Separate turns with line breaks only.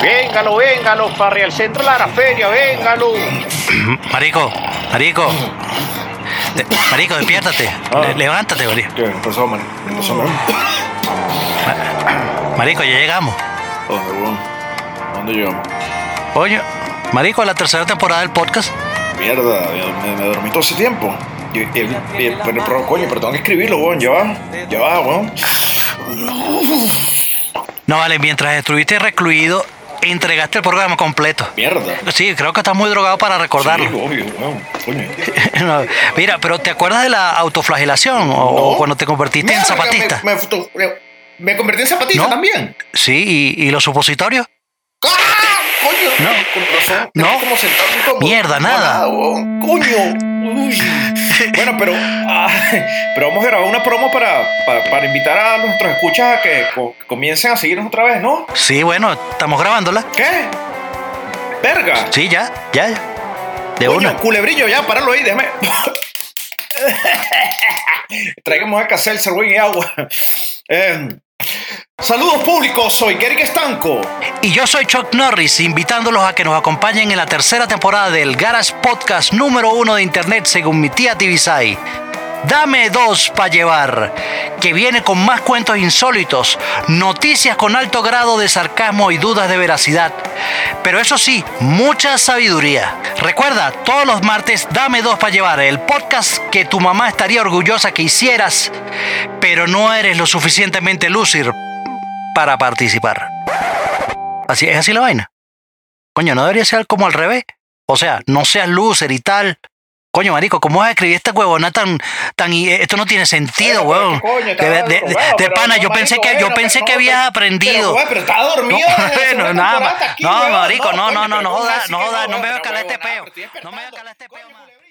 Véngalo, véngalo, para Real Centro de la Feria, véngalo.
Marico, marico. De- marico, despiértate.
Ah.
Le- levántate, marico.
¿Qué pasó, man? ¿Qué pasó, man?
Marico, ya llegamos.
¿A dónde, weón? ¿A dónde llegamos?
Coño, marico, la tercera temporada del podcast.
Mierda, me, me dormí todo ese tiempo. Y, y- y- pero, pero, coño, pero tengo que escribirlo, weón. Ya va, ya va, weón.
No vale, mientras estuviste recluido, entregaste el programa completo.
Mierda.
Sí, creo que estás muy drogado para recordarlo.
Sí, obvio, weón. Coño.
No, mira, pero ¿te acuerdas de la autoflagelación o, o cuando te convertiste en
Mierda,
zapatista?
Me, me foto- me- me convertí en zapatista
No.
también.
Sí, y, y los supositorios.
¡Ah! Coño,
No.
con razón.
No.
Tengo como sentado incómodo.
Mierda,
No,
nada.
weón. Coño. Uy. Bueno, pero, ah, pero vamos a grabar una promo para, para, para invitar a nuestros escuchas a que co- comiencen a seguirnos otra vez, ¿no?
Sí, bueno, estamos grabándola.
¿Qué? Verga.
Sí, ya, ya. ya. De
Coño,
una.
culebrillo, ya, páralo ahí, déjame. Traigamos acá seltzer, güey, y agua. Eh, saludos públicos, soy Gary Estanco.
Y yo soy Chuck Norris, invitándolos a que nos acompañen en la tercera temporada del Garage Podcast número uno de internet, según mi tía Tibisay. Dame dos para llevar, que viene con más cuentos insólitos, noticias con alto grado de sarcasmo y dudas de veracidad. Pero eso sí, mucha sabiduría. Recuerda, todos los martes Dame dos para llevar, el podcast que tu mamá estaría orgullosa que hicieras, pero no eres lo suficientemente lúcir para participar. Así es así la vaina. Coño, no debería ser como al revés. O sea, no seas loser y tal. Coño, marico, ¿cómo vas a escribir esta huevona tan, tan y- esto no tiene sentido,
Pero,
huevón?
pero, coño,
De,
estaba
de- de-
drogado,
de
pero
pana,
no,
yo
marico,
pensé que
bueno,
yo pensé
pero
que
no,
habías
pero-
aprendido.
Pero, güey, pero estaba dormido. desde
No,
la
no, nada más.
temporada aquí,
No,
güey.
marico, no,
coño,
no, no,
pero
no
¿cómo
joda,
así
no
que
joda, no
huevón?
me voy a
Pero,
calar este
huevón,
peo.
estoy
No me voy a
despertando.
calar este
Coño,
peo, man.
culebrillo.